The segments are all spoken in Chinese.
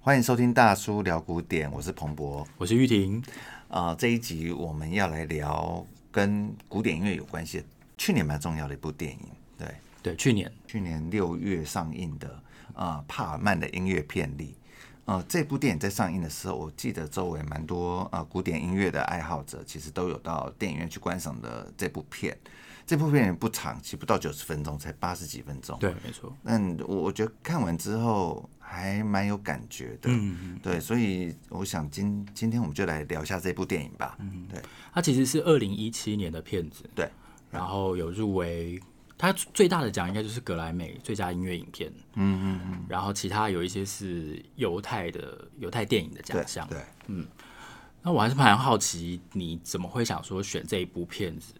欢迎收听大叔聊古典，我是彭博。我是玉婷，啊，这一集我们要来聊跟古典音乐有关系的，去年蛮重要的一部电影，对，对，去年去年六月上映的啊、呃帕尔曼的音乐片里。呃，这部电影在上映的时候，我记得周围蛮多呃古典音乐的爱好者，其实都有到电影院去观赏的这部片。这部片也不长，其实不到九十分钟，才八十几分钟。对，没错，嗯，我我觉得看完之后还蛮有感觉的，嗯对，所以我想今今天我们就来聊一下这部电影吧，嗯，对，它其实是二零一七年的片子，对，然后有入围，它最大的奖应该就是格莱美最佳音乐影片，嗯嗯嗯，然后其他有一些是犹太的犹太电影的奖项对，，对，那我还是蛮好奇你怎么会想说选这一部片子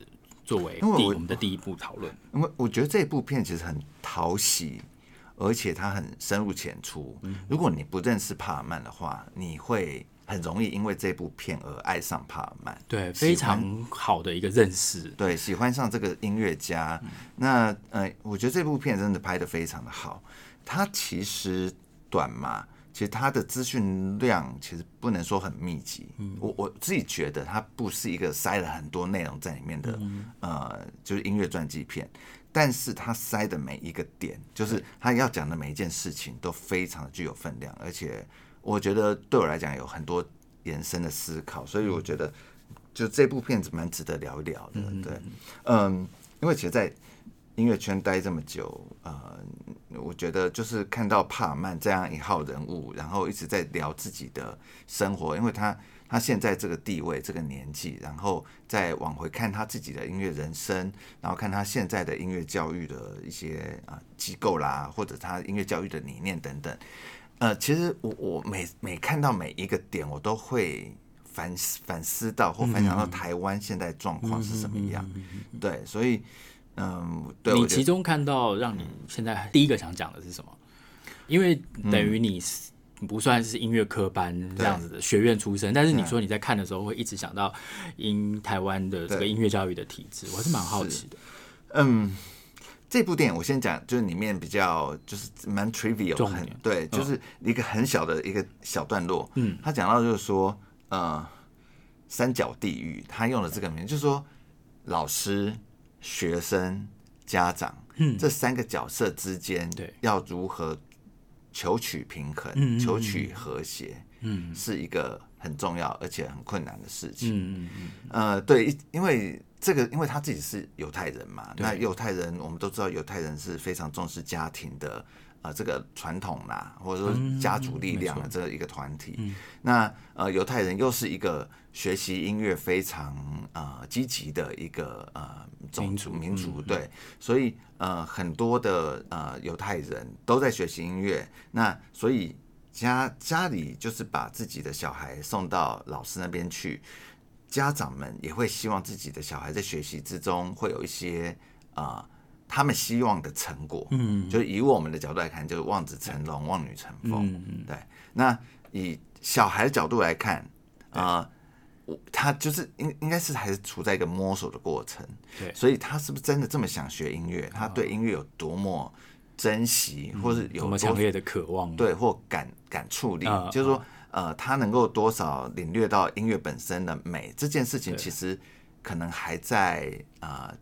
作为因为第我我们的第一部讨论，因为我觉得这部片其实很讨喜，而且它很深入浅出。如果你不认识帕尔曼的话，你会很容易因为这部片而爱上帕尔曼，对，喜非欢常好的一个认识，对，喜欢上这个音乐家。那呃，我觉得这部片真的拍得非常的好。它其实短嘛，其实它的资讯量其实不能说很密集。我我自己觉得它不是一个塞了很多内容在里面的，呃，就是音乐传记片。但是它塞的每一个点，就是它要讲的每一件事情都非常的具有分量，而且我觉得对我来讲有很多延伸的思考，所以我觉得就这部片子蛮值得聊一聊的，对，嗯，因为其实，在音乐圈待这么久，呃，我觉得就是看到帕尔曼这样一号人物，然后一直在聊自己的生活，因为他他现在这个地位、这个年纪，然后再往回看他自己的音乐人生，然后看他现在的音乐教育的一些啊、呃机构啦，或者他音乐教育的理念等等，呃，其实我我每每看到每一个点，我都会反思反思到或反想到台湾现在状况是什么样。对，所以嗯，对，你我觉其得中看到让你现在第一个想讲的是什么？因为等于你是不算是音乐科班这样子的学院出嗯身，但是你说你在看的时候会一直想到因台湾的这个对音乐教育的体制，我还是蛮好奇的。嗯。这部电影我先讲，就是里面比较就是蛮 trivial，重很点嗯对，就是一个很小的一个小段落。嗯，他讲到就是说，呃，三角地狱，他用了这个名字，就是说老师、学生、家长，嗯，这三个角色之间，对要如何求取平衡、嗯嗯嗯求取和谐，嗯，是一个很重要而且很困难的事情。嗯嗯嗯，呃，对，因为这个，因为他自己是犹太人嘛，对那犹太人我们都知道，犹太人是非常重视家庭的啊、呃这个传统啦，或者说家族力量的这个一个团体。那呃，犹太人又是一个学习音乐非常呃积极的一个呃种民族嗯民族，对，所以呃很多的呃犹太人都在学习音乐，那所以。家家里就是把自己的小孩送到老师那边去，家长们也会希望自己的小孩在学习之中会有一些啊、呃他们希望的成果。嗯，就是以我们的角度来看，就是望子成龙、望女成凤。对，那以小孩的角度来看，啊、我他就是应应该是还是处在一个摸索的过程。对所以他是不是真的这么想学音哦乐？他对音乐有多么珍惜，或是有嗯多么多强烈的渴望，，对或感感触力，啊就是说呃，他能够多少领略到音乐本身的美这件事情，其实可能还在呃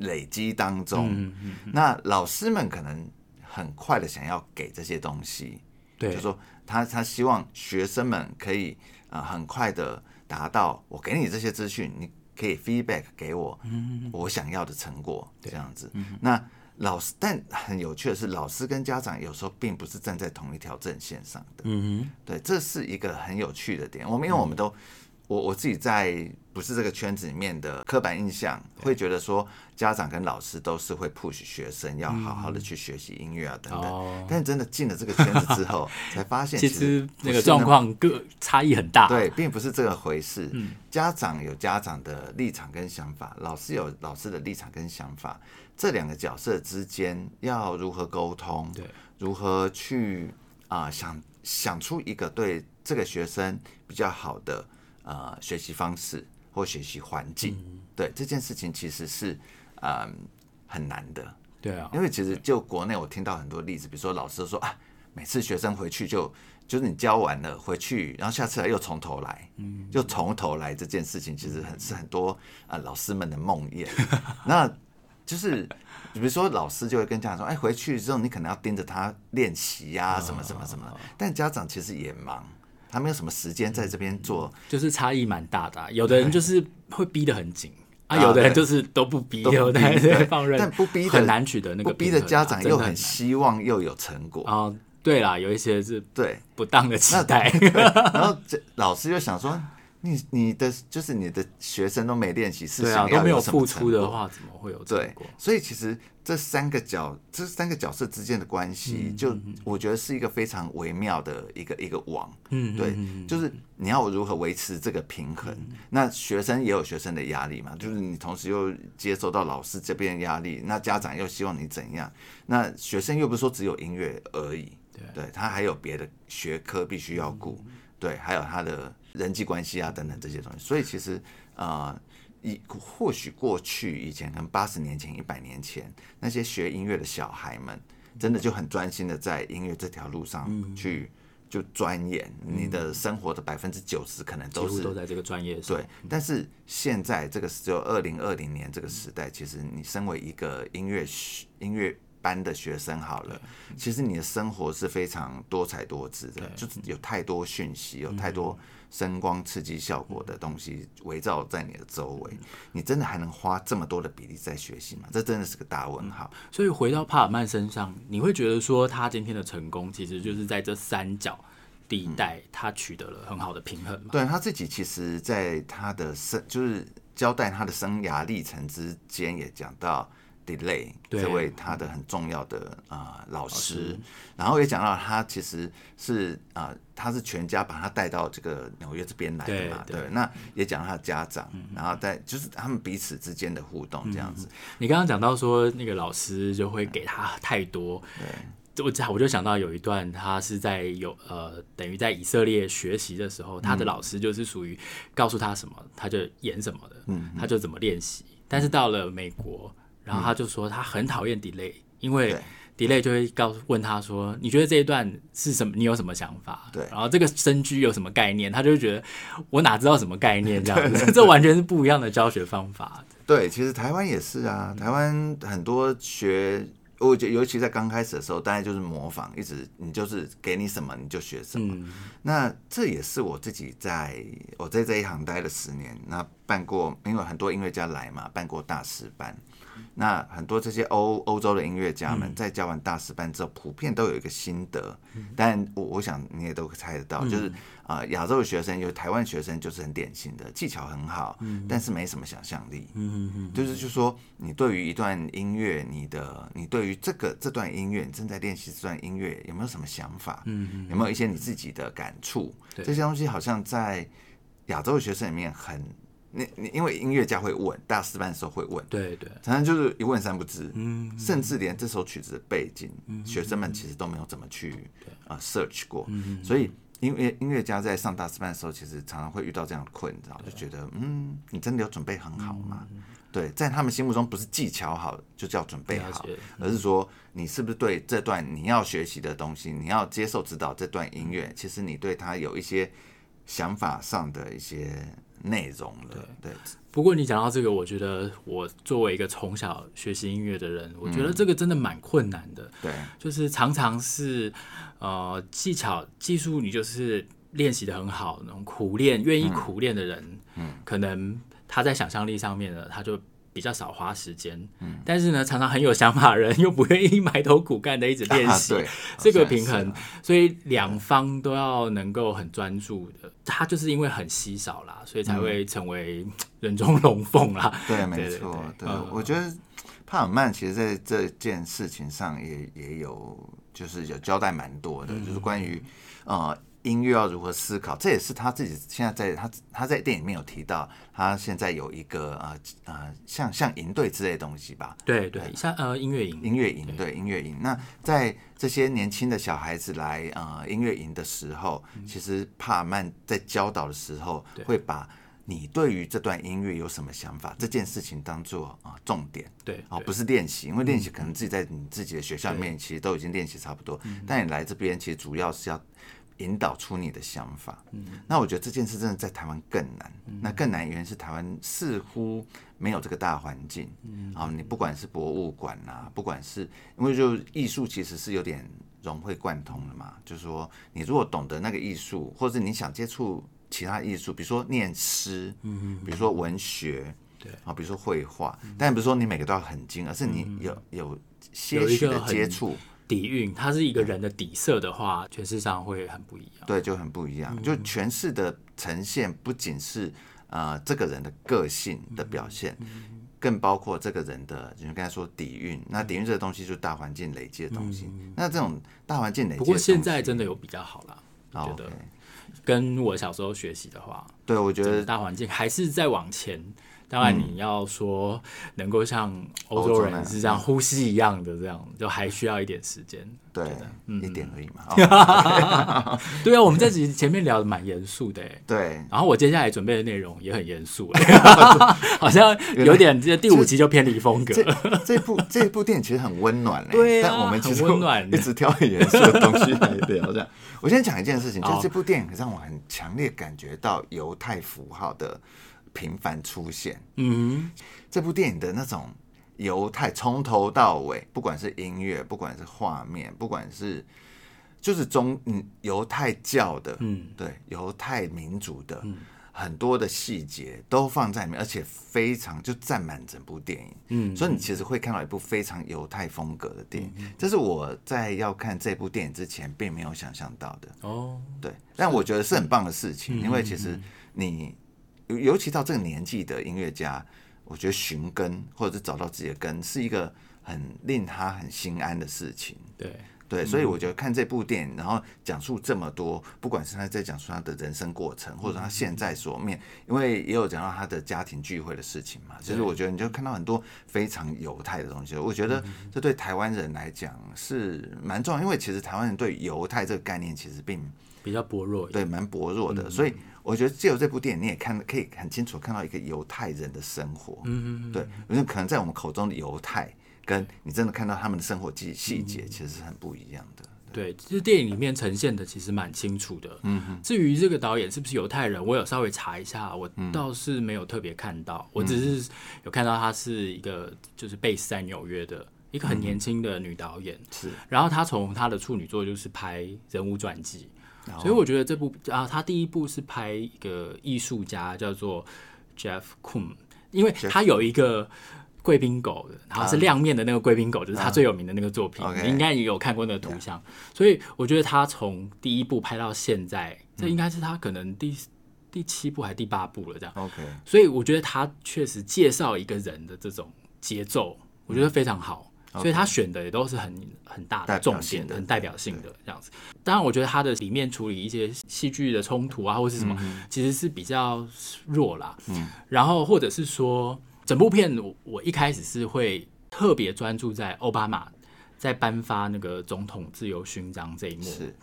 累积当中。嗯那老师们可能很快的想要给这些东西，对就说他他希望学生们可以呃很快的达到我给你这些资讯，你可以 feedback 给我，我想要的成果这样子。那老师，但很有趣的是，老师跟家长有时候并不是站在同一条阵线上的。嗯哼，对，这是一个很有趣的点。我们因为我嗯们都，我我自己在不是这个圈子里面的刻板印象，会觉得说家长跟老师都是会 push 学生要好好的去学习音乐啊等等。嗯哦但真的进了这个圈子之后， 才发现其哎实实不那是个状么况各差异很大，，嗯对，并不是这个回事。家长有家长的立场跟想法，老师有老师的立场跟想法，这两个角色之间要如何沟通？对，如何去啊、想想出一个对这个学生比较好的呃学习方式或学习环境？嗯对，这件事情其实是嗯、很难的。对啊因，为其实就国内我听到很多例子，比如说老师说啊，每次学生回去就就是你教完了回去，然后下次来又从头来，嗯，又从头来这件事情，其实很嗯是很多啊、呃老师们的梦魇。 那就是比如说老师就会跟家长说，哎，回去之后你可能要盯着他练习哦呀，什么什么什么的。但家长其实也忙，他没有什么时间在这边做，就是差异蛮大的啊、有的人就是会逼得很紧啊，啊有的人对就是都不逼，都不有的人逼就是对放任，但不逼的很难取得那个不逼平的衡啊家长真又的很难希望又有成果，哦，对啦，有一些是对。不当的期待， 然后这老师就想说，你你的就是你的学生都没练习，是对啊，想都要没有什么付出成的果，话，怎么会有对结果？，所以其实这三个角这三个角色之间的关嗯系，就我觉得是一个非常微妙的一个一个网，嗯，对嗯，就是你要如何维持这个平衡。那学生也有学生的压力嘛，就是你同时又接受到老师这边的压力，那家长又希望你怎样？那学生又不是说只有音乐而已，对他还有别的学科必须要顾，对，还有他的人际关系啊等等这些东西。所以其实啊。呃以或许过去以前跟八十年前、一百年前那些学音乐的小孩们，真的就很专心的在音乐这条路上嗯去就钻研，你的生活的百分之九十可能几都乎是都在这个专业上对。但是现在这个只有二零二零年这个时代，其实你身为一个音乐学音乐班的学生好了，其实你的生活是非常多彩多姿的，就是有太多讯息，有太多声光刺激效果的东西围绕在你的周围，你真的还能花这么多的比例在学习吗？这真的是个大问号。所以回到帕尔曼身上，你会觉得说他今天的成功，其实就是在这三角地嗯带，他取得了很好的平衡嘛？对他自己，其实在他的生就是交代他的生涯历程之间，也讲到 delay 对这位他的很重要的啊、呃老师，然后也讲到他其实是啊、呃他是全家把他带到这个纽约这边来的嘛，对对，嗯那也讲到他的家长，然后在就是他们彼此之间的互动这样子，你刚刚讲到说那个老师就会给他太多，对，我就我就想到有一段他是在有呃等于在以色列学习的时候，他的老师就是属于告诉他什么他就演什么的，嗯他就怎么练习。但是到了美国，然后他就说他很讨厌 delay，因为对 delay 就会告诉问他说你觉得这一段是什么？你有什么想法？对然后这个身居有什么概念？他就会觉得我哪知道什么概念这 样子，这完全是不一样的教学方法。对，其实台湾也是啊，台湾很多学，我觉得尤其在刚开始的时候，大家就是模仿，一直你就是给你什么你就学什么。那这也是我自己在我在这一行待了十年，那办过，因为很多音乐家来嘛，办过大师班。那很多这些欧欧洲的音乐家嗯们，在教完大师班之后，普遍都有一个心得。但我我想你也都猜得嗯到，就是啊，亚、洲的学生，有台湾学生就是很典型的，技巧很好，但是没什么想象力。嗯嗯就是就说你对于一段音乐，你的你对于这个这段音乐，你正在练习这段音乐，有没有什么想法？嗯，有没有一些你自己的感触？对这些东西好像在亚洲的学生里面很，你你因为音乐家会问，大师班的时候会问，对对。常常就是一问三不知，嗯，甚至连这首曲子的背景，嗯学生们其实都没有怎么去啊、呃 search 过，嗯所以音乐音乐家在上大师班的时候，其实常常会遇到这样的困扰，就觉得嗯，你真的有准备很好吗？嗯对，在他们心目中不是技巧好就叫准备好了解，而是说你是不是对这段你要学习的东西，你要接受指导这段音嗯乐，其实你对它有一些想法上的一些内容了，对，不过你讲到这个，我觉得我作为一个从小学习音乐的人，我觉得这个真的蛮困难的，对，就是常常是呃技巧技术，你就是练习的很好，那种苦练愿意苦练的人，嗯，可能他在想象力上面呢，他就。比较少花时间，嗯，但是呢，常常很有想法的人又不愿意埋头苦干的一直 练啊习，对， 这个好像平是衡啊，所以两方都要能够很专注的。它就是因为很稀少啦，所以才会成为人中龙凤啦。对，没对错，对对，嗯我觉得帕尔曼其实在这件事情上也也有，就是有交代蛮多的，嗯就是关于呃音乐要如何思考，这也是他自己现在在他他在电影里面有提到，他现在有一个呃呃像像营队之类的东西吧，对对，像呃音乐营，音乐营，对音乐营。那在这些年轻的小孩子来呃音乐营的时候，其实帕尔曼在教导的时候，会把你对于这段音乐有什么想法？这件事情当做啊重点，对啊，对不是练习，因为练习可能自己在你自己的学校里面其实都已经练习差不多，但你来这边其实主要是要引导出你的想法。嗯那我觉得这件事真的在台湾更难，那更难原因是台湾似乎没有这个大环境，啊，你不管是博物馆啊，不管是因为就艺术其实是有点融会贯通的嘛，就是说你如果懂得那个艺术，或者你想接触其他艺术，比如说念诗，嗯，比如说文学，对，啊，比如说绘画，但不是说你每个都要很精，而是你有有些有一许个的很接触，底蕴，它是一个人的底色的话，诠释上会很不一样。对，就很不一样。嗯就诠释的呈现不仅是呃这个人的个性的嗯表现，更包括这个人的，你刚才说底蕴。那底蕴这个东西就是大环境累积的东西。那这种大环境累积的嗯不东西，过现在真的有比较好啦，哦觉得 OK 跟我小时候学习的话，对我觉整个得大环境还是在往前。当然，你要说能够像欧洲欧洲那人样是这样呼吸一样的这样，就还需要一点时间。对一点嗯而已嘛。 哦对啊，我们这集前面聊的蛮严肃的、欸，对，然后我接下来准备的内容也很严肃、 欸，好像有点这第五集就偏离风格。这这 部这部电影其实很温暖嘞、欸对啊但我们其实很温暖一直挑很严肃的东西来聊。这样， 我先讲一件事情，就是好这部电影让我很强烈感觉到犹太符号的频繁出现。嗯这部电影的那种犹太从头到尾，不管是音乐，不管是画面，不管是就是中嗯犹太教的，嗯，对犹太民族的、很多的细节都放在里面，而且非常就占满整部电影。嗯，所以你其实会看到一部非常犹太风格的电影，这是我在要看这部电影之前并没有想象到的。哦，对，但我觉得是很棒的事情，因为其实你，尤尤其到这个年纪的音乐家，我觉得寻根或者是找到自己的根，是一个很令他很心安的事情。对，对，所以我觉得看这部电影，然后讲述这么多，不管是他在讲述他的人生过程，或者他现在所面，因为也有讲到他的家庭聚会的事情嘛，就是我觉得你就看到很多非常犹太的东西。我觉得这对台湾人来讲是蛮重要，因为其实台湾人对犹太这个概念其实并比较薄弱一点。对，蛮薄弱的。所以我觉得借由这部电影，你也看可以很清楚看到一个犹太人的生活。嗯嗯对，我觉得可能在我们口中的犹太，跟你真的看到他们的生活细细节，其实是很不一样的。对，其实电影里面呈现的其实蛮清楚的。嗯至于这个导演是不是犹太人，我有稍微查一下，我倒是没有特别看到，我只是有看到她是一个就是 base 在纽约的一个很年轻的女导演。是然后她从她的处女作就是拍人物传记，所以我觉得这部啊，她第一部是拍一个艺术家叫做 Jeff Koons，因为他有一个。贵宾狗的，然后是亮面的那个贵宾狗，就是他最有名的那个作品， OK 你应该也有看过那个图像。所以我觉得他从第一部拍到现在，这应该是他可能第、第七部还是第八部了这样。 OK，所以我觉得他确实介绍一个人的这种节奏，我觉得非常好。所以他选的也都是很很大嗯代表的重性点，的很代表性的这样子。当然，我觉得他的里面处理一些戏剧的冲突啊，或嗯是什么，其实是比较弱啦。嗯，然后或者是说，整部片我我一开始是会特别专注在奥巴马在颁发那个总统自由勋章这一幕。是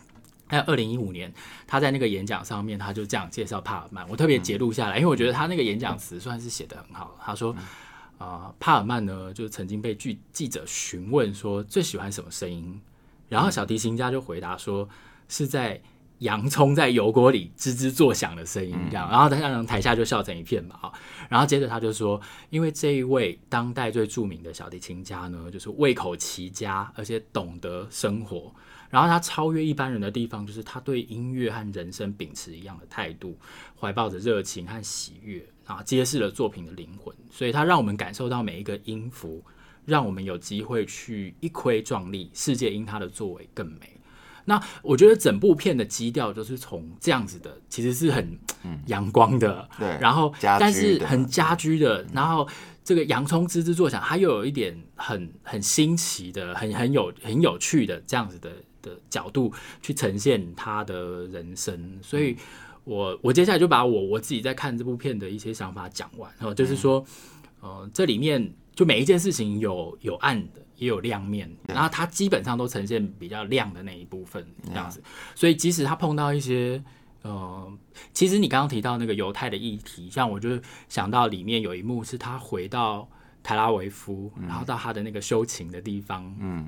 在二零一五年，他在那个演讲上面，他就这样介绍帕尔曼。我特别截录下来，因为我觉得他那个演讲词算是写得很好。他说，啊，帕尔曼呢，就曾经被记记者询问说最喜欢什么声音，然后小提琴家就回答说是在洋葱在油锅里吱吱作响的声音这样，然后他让台下就笑成一片嘛啊，然后接着他就说，因为这一位当代最著名的小提琴家呢，就是胃口奇佳，而且懂得生活。然后他超越一般人的地方，就是他对音乐和人生秉持一样的态度，怀抱着热情和喜悦，然后揭示了作品的灵魂。所以他让我们感受到每一个音符，让我们有机会去一窥壮丽，世界因他的作为更美。那我觉得整部片的基调就是从这样子的，其实是很阳光的，嗯对然后家居但是的嗯很家居的，然后这个洋葱吱吱作响，它又有一点很很新奇的、很很有很有趣的这样子的的角度去呈现他的人生，所嗯以我我接下来就把我我自己在看这部片的一些想法讲完，哦，嗯就是说，呃，这里面就每一件事情有有暗的，也有亮面，然后它基本上都呈现比较亮的那一部分这样子，所以即使他碰到一些呃，其实你刚刚提到那个犹太的议题，像我就想到里面有一幕是他回到台拉维夫，嗯然后到他的那个修琴的地方，嗯，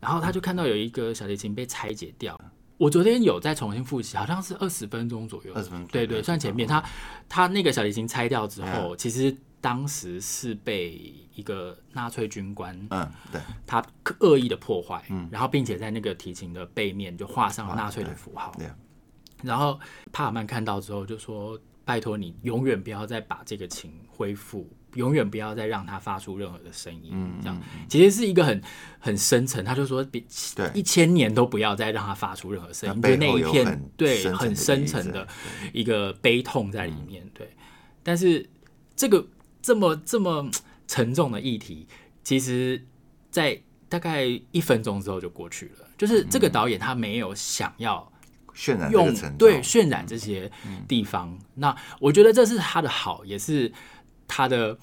然后他就看到有一个小提琴被拆解掉。我昨天有再重新复习，好像是二十分钟左右， 20分钟对对，对算前面。他他那个小提琴拆掉之后，其实当时是被一个纳粹军官嗯，对，他恶意的破坏，嗯然后并且在那个提琴的背面就画上了纳粹的符号。对对然后帕尔曼看到之后就说：“拜托你，永远不要再把这个琴恢复，永远不要再让它发出任何的声音。嗯这样其实是一个很很深层。他就说，比对一千年都不要再让它发出任何声音，它背就那后一有片很对深层很的深意义啊层在的一个悲痛在里面。对，但是这个这么这么沉重的议题，其实，在大概一分钟之后就过去了。就是这个嗯导演他没有想要渲染这用个嗯程度，对渲染这些地方，那我觉得这是他的好，也是他的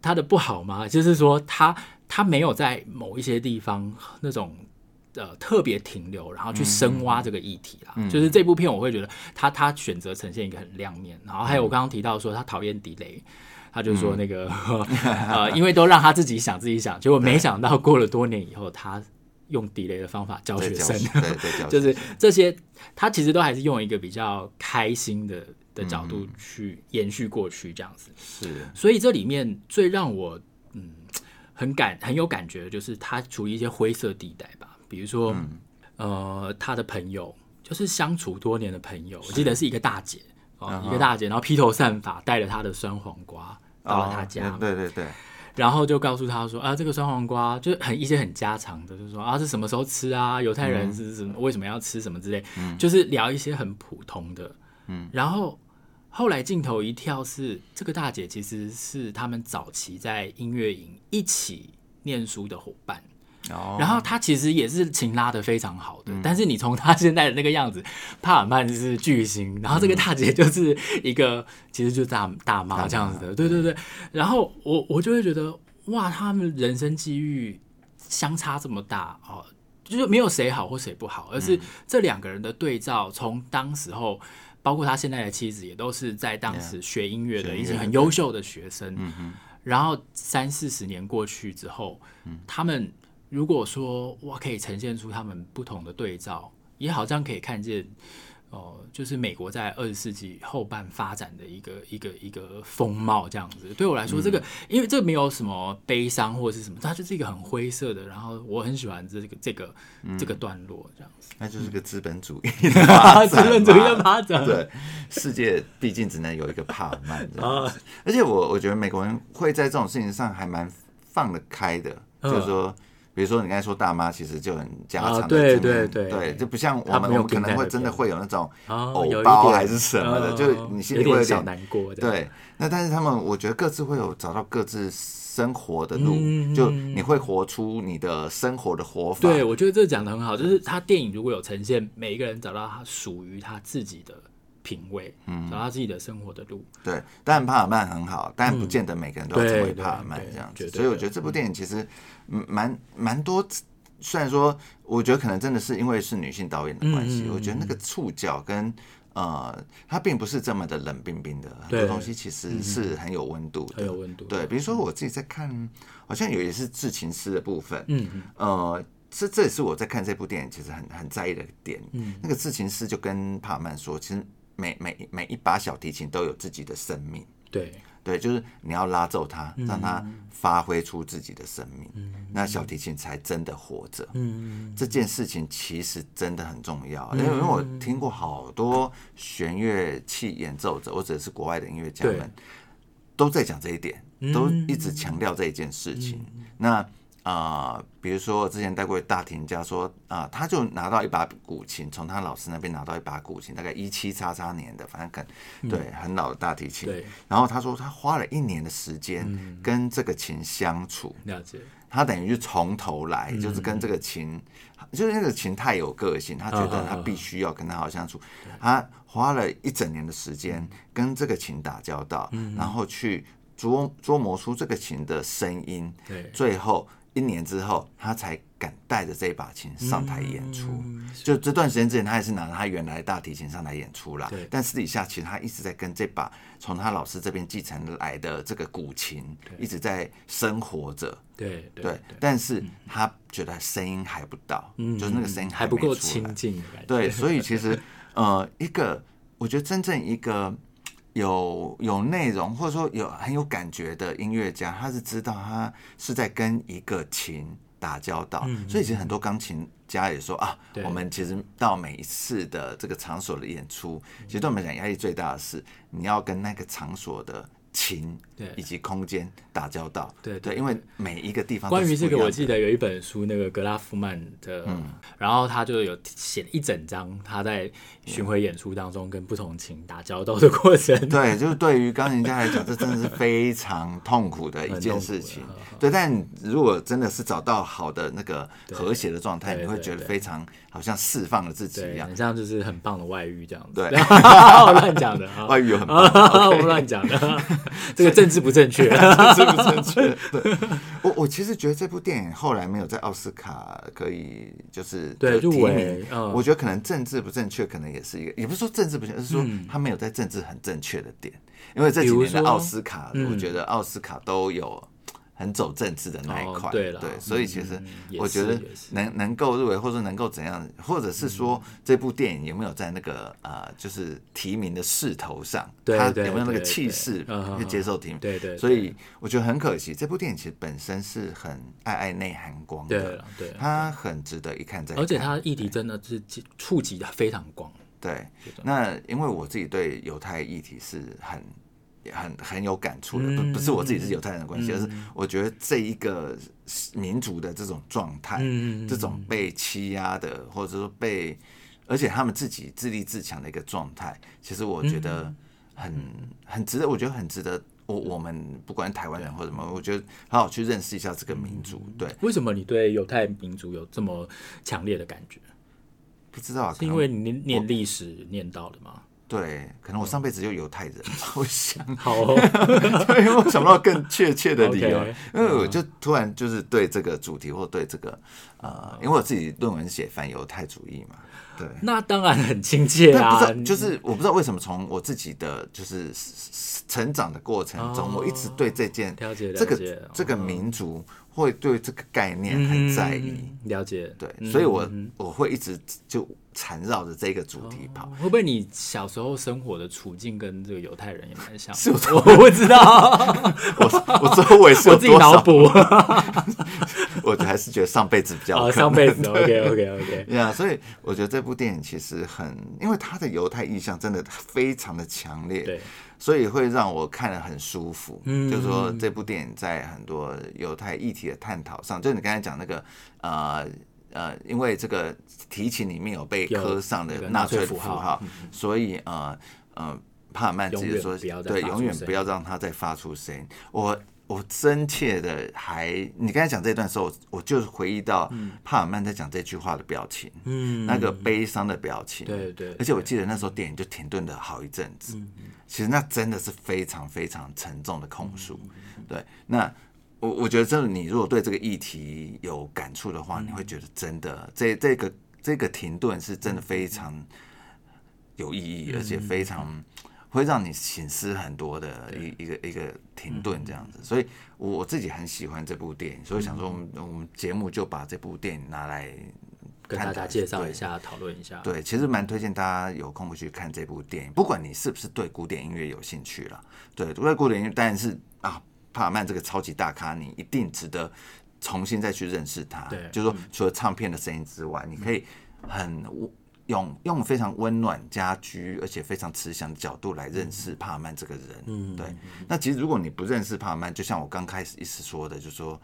他的不好嘛。就是说他他没有在某一些地方那种。呃，特别停留，然后去嗯深挖这个议题啦。就是这部片，我会觉得他他选择呈现一个很亮面，然后嗯还有我刚刚提到说他讨厌地雷，他就说那个、 呃，因为都让他自己想自己想，结果没想到过了多年以后，他用地雷的方法教对学教生，对对，教 就是学生这些，他其实都还是用一个比较开心的的角度去延续过去这样子。是所以这里面最让我嗯很感很有感觉，的就是他处于一些灰色地带吧，比如说、呃他的朋友，就是相处多年的朋友，我记得是一个大姐哦，一个大姐，然后披头散发，带着她的酸黄瓜到了哦他家嘛，对对对，然后就告诉他说啊，这个酸黄瓜就是很一些很家常的，就是说啊，是什么时候吃啊？犹太人是什么、为什么要吃什么之类，就是聊一些很普通的。嗯，然后后来镜头一跳是这个大姐其实是他们早期在音乐营一起念书的伙伴。哦，然后他其实也是琴拉的非常好的，但是你从他现在的那个样子，帕尔曼是巨星，然后这个大姐就是一个、其实就是大大妈这样子的，对对对。然后我我就会觉得哇，他们人生际遇相差这么大哦。就是没有谁好或谁不好，而是这两个人的对照，从当时候，包括他现在的妻子，也都是在当时学音乐的，学已音乐经的很优秀的学生。然后三四十年过去之后，他们如果说哇，可以呈现出他们不同的对照，也好像可以看见，哦、就是美国在二十世纪后半发展的一个一个一个风貌这样子。对我来说，这嗯个、因为这没有什么悲伤或者是什么，它就是一个很灰色的。然后我很喜欢这个这个、嗯这个段落这样 子， 那就是个资本主义的发资展嘛，本主义的发展对，世界毕竟只能有一个帕尔 曼这哦啊样子。而且我我觉得美国人会在这种事情上还蛮放得开的，嗯就是说。比如说，你刚才说大妈其实就很家啊常的经对验，对对对就不像她我没们，有我们可盯在能那会边真的会有那种哦有偶一包点还是什么的，哦就你心有里会点有小点难过这样。对，那但是他们，我觉得各自会有找到各自生活的路，嗯就你会活出你的生活的活法。对，我觉得这讲的很好，就是他电影如果有呈现每一个人找到他属于他自己的品味，嗯，找到自己的生活的路，对，当然帕尔曼很好，但不见得每个人都要成对为对帕尔曼对这样绝子。对所以我的觉得这部电影其实嗯蛮蛮多，虽然说我觉得可能真的是因为是女性导演的嗯关系，我觉得那个触角跟。呃，它并不是这么的冷冰冰的，很多对嗯东西其实是很有温度的，很有温度对，比如说我自己在看，好像有也是制琴师的部分，嗯，呃，这这也是我在看这部电影其实很很在意的点。嗯，那个制琴师就跟帕尔曼说，其实每每每一把小提琴都有自己的生命。对，对，就是你要拉奏它，让它发挥出自己的生命，那小提琴才真的活着。嗯，这件事情其实真的很重要，因为因为我听过好多弦乐器演奏者，或者是国外的音乐家对嗯们，都在讲这一点，都一直强调这一件事情。那啊、呃比如说我之前带过大提琴家说啊、他就拿到一把古琴，从他老师那边拿到一把古琴，大概一七叉叉年的，反正很对很老的大提琴。嗯对，嗯然后他说他花了一年的时间跟这个琴相处，了解，他等于就从头来，嗯就是跟这个琴，就是那个琴太有个性，他觉得嗯他必须要跟他好相处，他花了一整年的时间嗯跟这个琴打交道，然后去琢琢磨出这个琴的声音，对，最后一年之后，他才敢带着这一把琴上台演出。嗯就这段时间之前，他也是拿着他原来大提琴上台演出啦对。但私底下其实他一直在跟这把从他老师这边继承来的这个古琴一直在生活着。对对嗯对，但是他觉得声音还不到，就是那个声音还没不够出来亲近的感觉，对，所以其实呃，一个我觉得真正一个有有内容或者说有很有感觉的音乐家，他是知道他是在跟一个琴打交道，所以其实很多钢琴。家也说啊嗯对，我们其实到每一次的这个场所的演出，嗯其实对我们来讲压力最大的是你要跟那个场所的琴对以及空间打交道。对对对，因为每一个地方都关于是这不个，一样我的嗯记得有一本书，那个格拉夫曼的，然后他就有写了一整章，他在巡回演出当中跟不同琴打交道的过程。 对，就是对于钢琴家来讲，这真的是非常痛苦的一件事情很痛。啊对，但如果真的是找到好的那个和谐的状态，对你会对觉得对非常好像释放了自己一对，样很。像就是很棒的外遇这样子。对我 乱讲的啊，外语有很棒，啊，我乱 讲的，这个政治不正确。这不正确。 对，我我其实觉得这部电影后来没有在奥斯卡可以就是对就提入围名嗯我觉得可能政治不正确，可能也是一个，也不是说政治不正确，而是说他没有在政治很正确的点。因为这嗯比几如年的说嗯奥斯卡，我觉得奥斯卡都有很走政治的那一哦块，对啦所以其实嗯也我觉得是也是嗯能能够入围，或者能够怎样，或者是说这部电影有没有在那个呃，就是提名的势头上，对他对有没有那个对气对势嗯去接受提名？对对对所以我觉得很可惜，这部电影其实本身是很爱爱内涵光对的了，对，它很值得一看再看。而且他议题真的是触及的非常广。对，那因为我自己对犹太议题是很。很很有感触的，不不是我自嗯己是犹太人的关系，而是我觉得这一个民族的这种状态，嗯嗯嗯这种被欺压的，或者说被，而且他们自己自立自强的一个状态，其实我觉嗯得很、很值得，我觉得很值得我我们不管台湾人或者什么，我觉得好好去认识一下这个民族。对，为什么你对犹太民族有这么强烈的感觉？不知道啊，是可因能为你念念历史念到的 吗？对，可能我上辈子就犹太人 吧，我想。好哦，对，因为我想不到更确切的理由 OK，嗯因为我就突然就是对这个主题或对这个呃，因为我自己论文写反犹太主义嘛，对。那当然很亲 切但不啊知道，，就是我不知道为什么从我自己的就是成长的过程中，哦我一直对这件了解这了解哦个这个民族会对这个概念很在意，嗯了解，对，嗯所以我我会一直就缠绕着这个主题跑。嗯会不会你小时候生活的处境跟这个犹太人也蛮像？是有我不知道，我我周围 是嗯我有自己多脑少？补啊，我还是觉得上辈子比较有可能哦上 辈子 OK OK OK，呀所以我觉得这部电影其实很，因为它的犹太意象真的非常的强烈，对，所以会让我看了很舒服。嗯就是说这部电影在很多犹太议题的探讨上，就你刚才讲那个呃。呃，因为这个提琴里面有被有刻上那个的纳纳粹粹的符符号嗯号，所以呃呃，帕尔曼自永己远说不要，再对，发出永远声不要让它再发出声音。我我真切的还，你刚才讲这段时候，我就回忆到帕尔曼在讲这句话的表情，嗯，那个悲伤的表情。对对嗯而且我记得那时候电影就停顿了好一阵子，其实那真的是非常非常沉重的控诉。嗯对，那我我觉得真的，你如果对这个议题有感触的话，你会觉得真的这这个这个停顿是真的非嗯常有意义，而且非常。会让你醒思很多的一一个一个停顿这嗯样子，所以我我自己很喜欢这部电影，所以想说我们嗯我们节目就把这部电影拿来跟看起大家来介绍对一下，讨论一下，对，其实蛮推荐大家有空去看这部电影，不管你是不是对古典音乐有兴趣啦，对，对古典音乐当然是啊，帕尔曼这个超级大咖，你一定值得重新再去认识他。对就是说除了唱片的声音之外，你可以很温用用非常温暖家居，而且非常慈祥的角度来认识帕尔曼这个人。嗯，对。那其实如果你不认识帕尔曼，就像我刚开始一直说的，就是说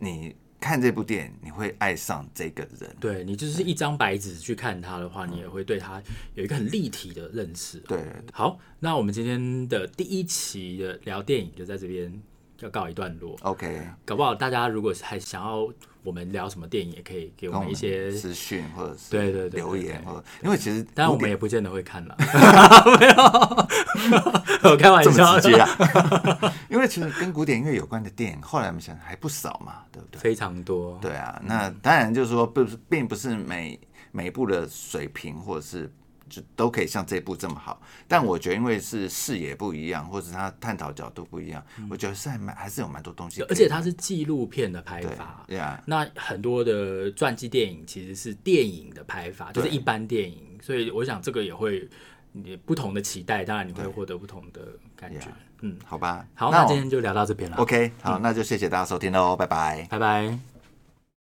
你看这部电影，你会爱上这个人。对你就是一张白纸去看它的话，嗯你也会对它有一个很立体的认识。对，好，那我们今天的第一期的聊电影就在这边要告一段落。 OK，搞不好大家如果是还想要我们聊什么电影，也可以给跟我我们一些，资讯或者是对对对对留言对或者，因为其实当然我古们典也不见得会看了， 没有，我开玩这笑么，直接啊， 因为其实跟古典音乐有关的电影，后来我们想还不少嘛，对不对？非常多，对啊，那当然就是说，不是，并不是每每一部的水平或者是就都可以像这部这么好，但我觉得因为是视野不一样，或者是他探讨角度不一样，我觉得是还蛮还是有蛮多东西可以，嗯而且它是纪录片的拍对法，对啊，那很多的传记电影其实是电影的拍法，就是一般电影，所以我想这个也会你不同的期待，当然你会获得不同的感觉 Yeah。嗯，好吧，好，那那我今天就聊到这边了，嗯 OK，好，那就谢谢大家收听喽，拜拜。拜拜。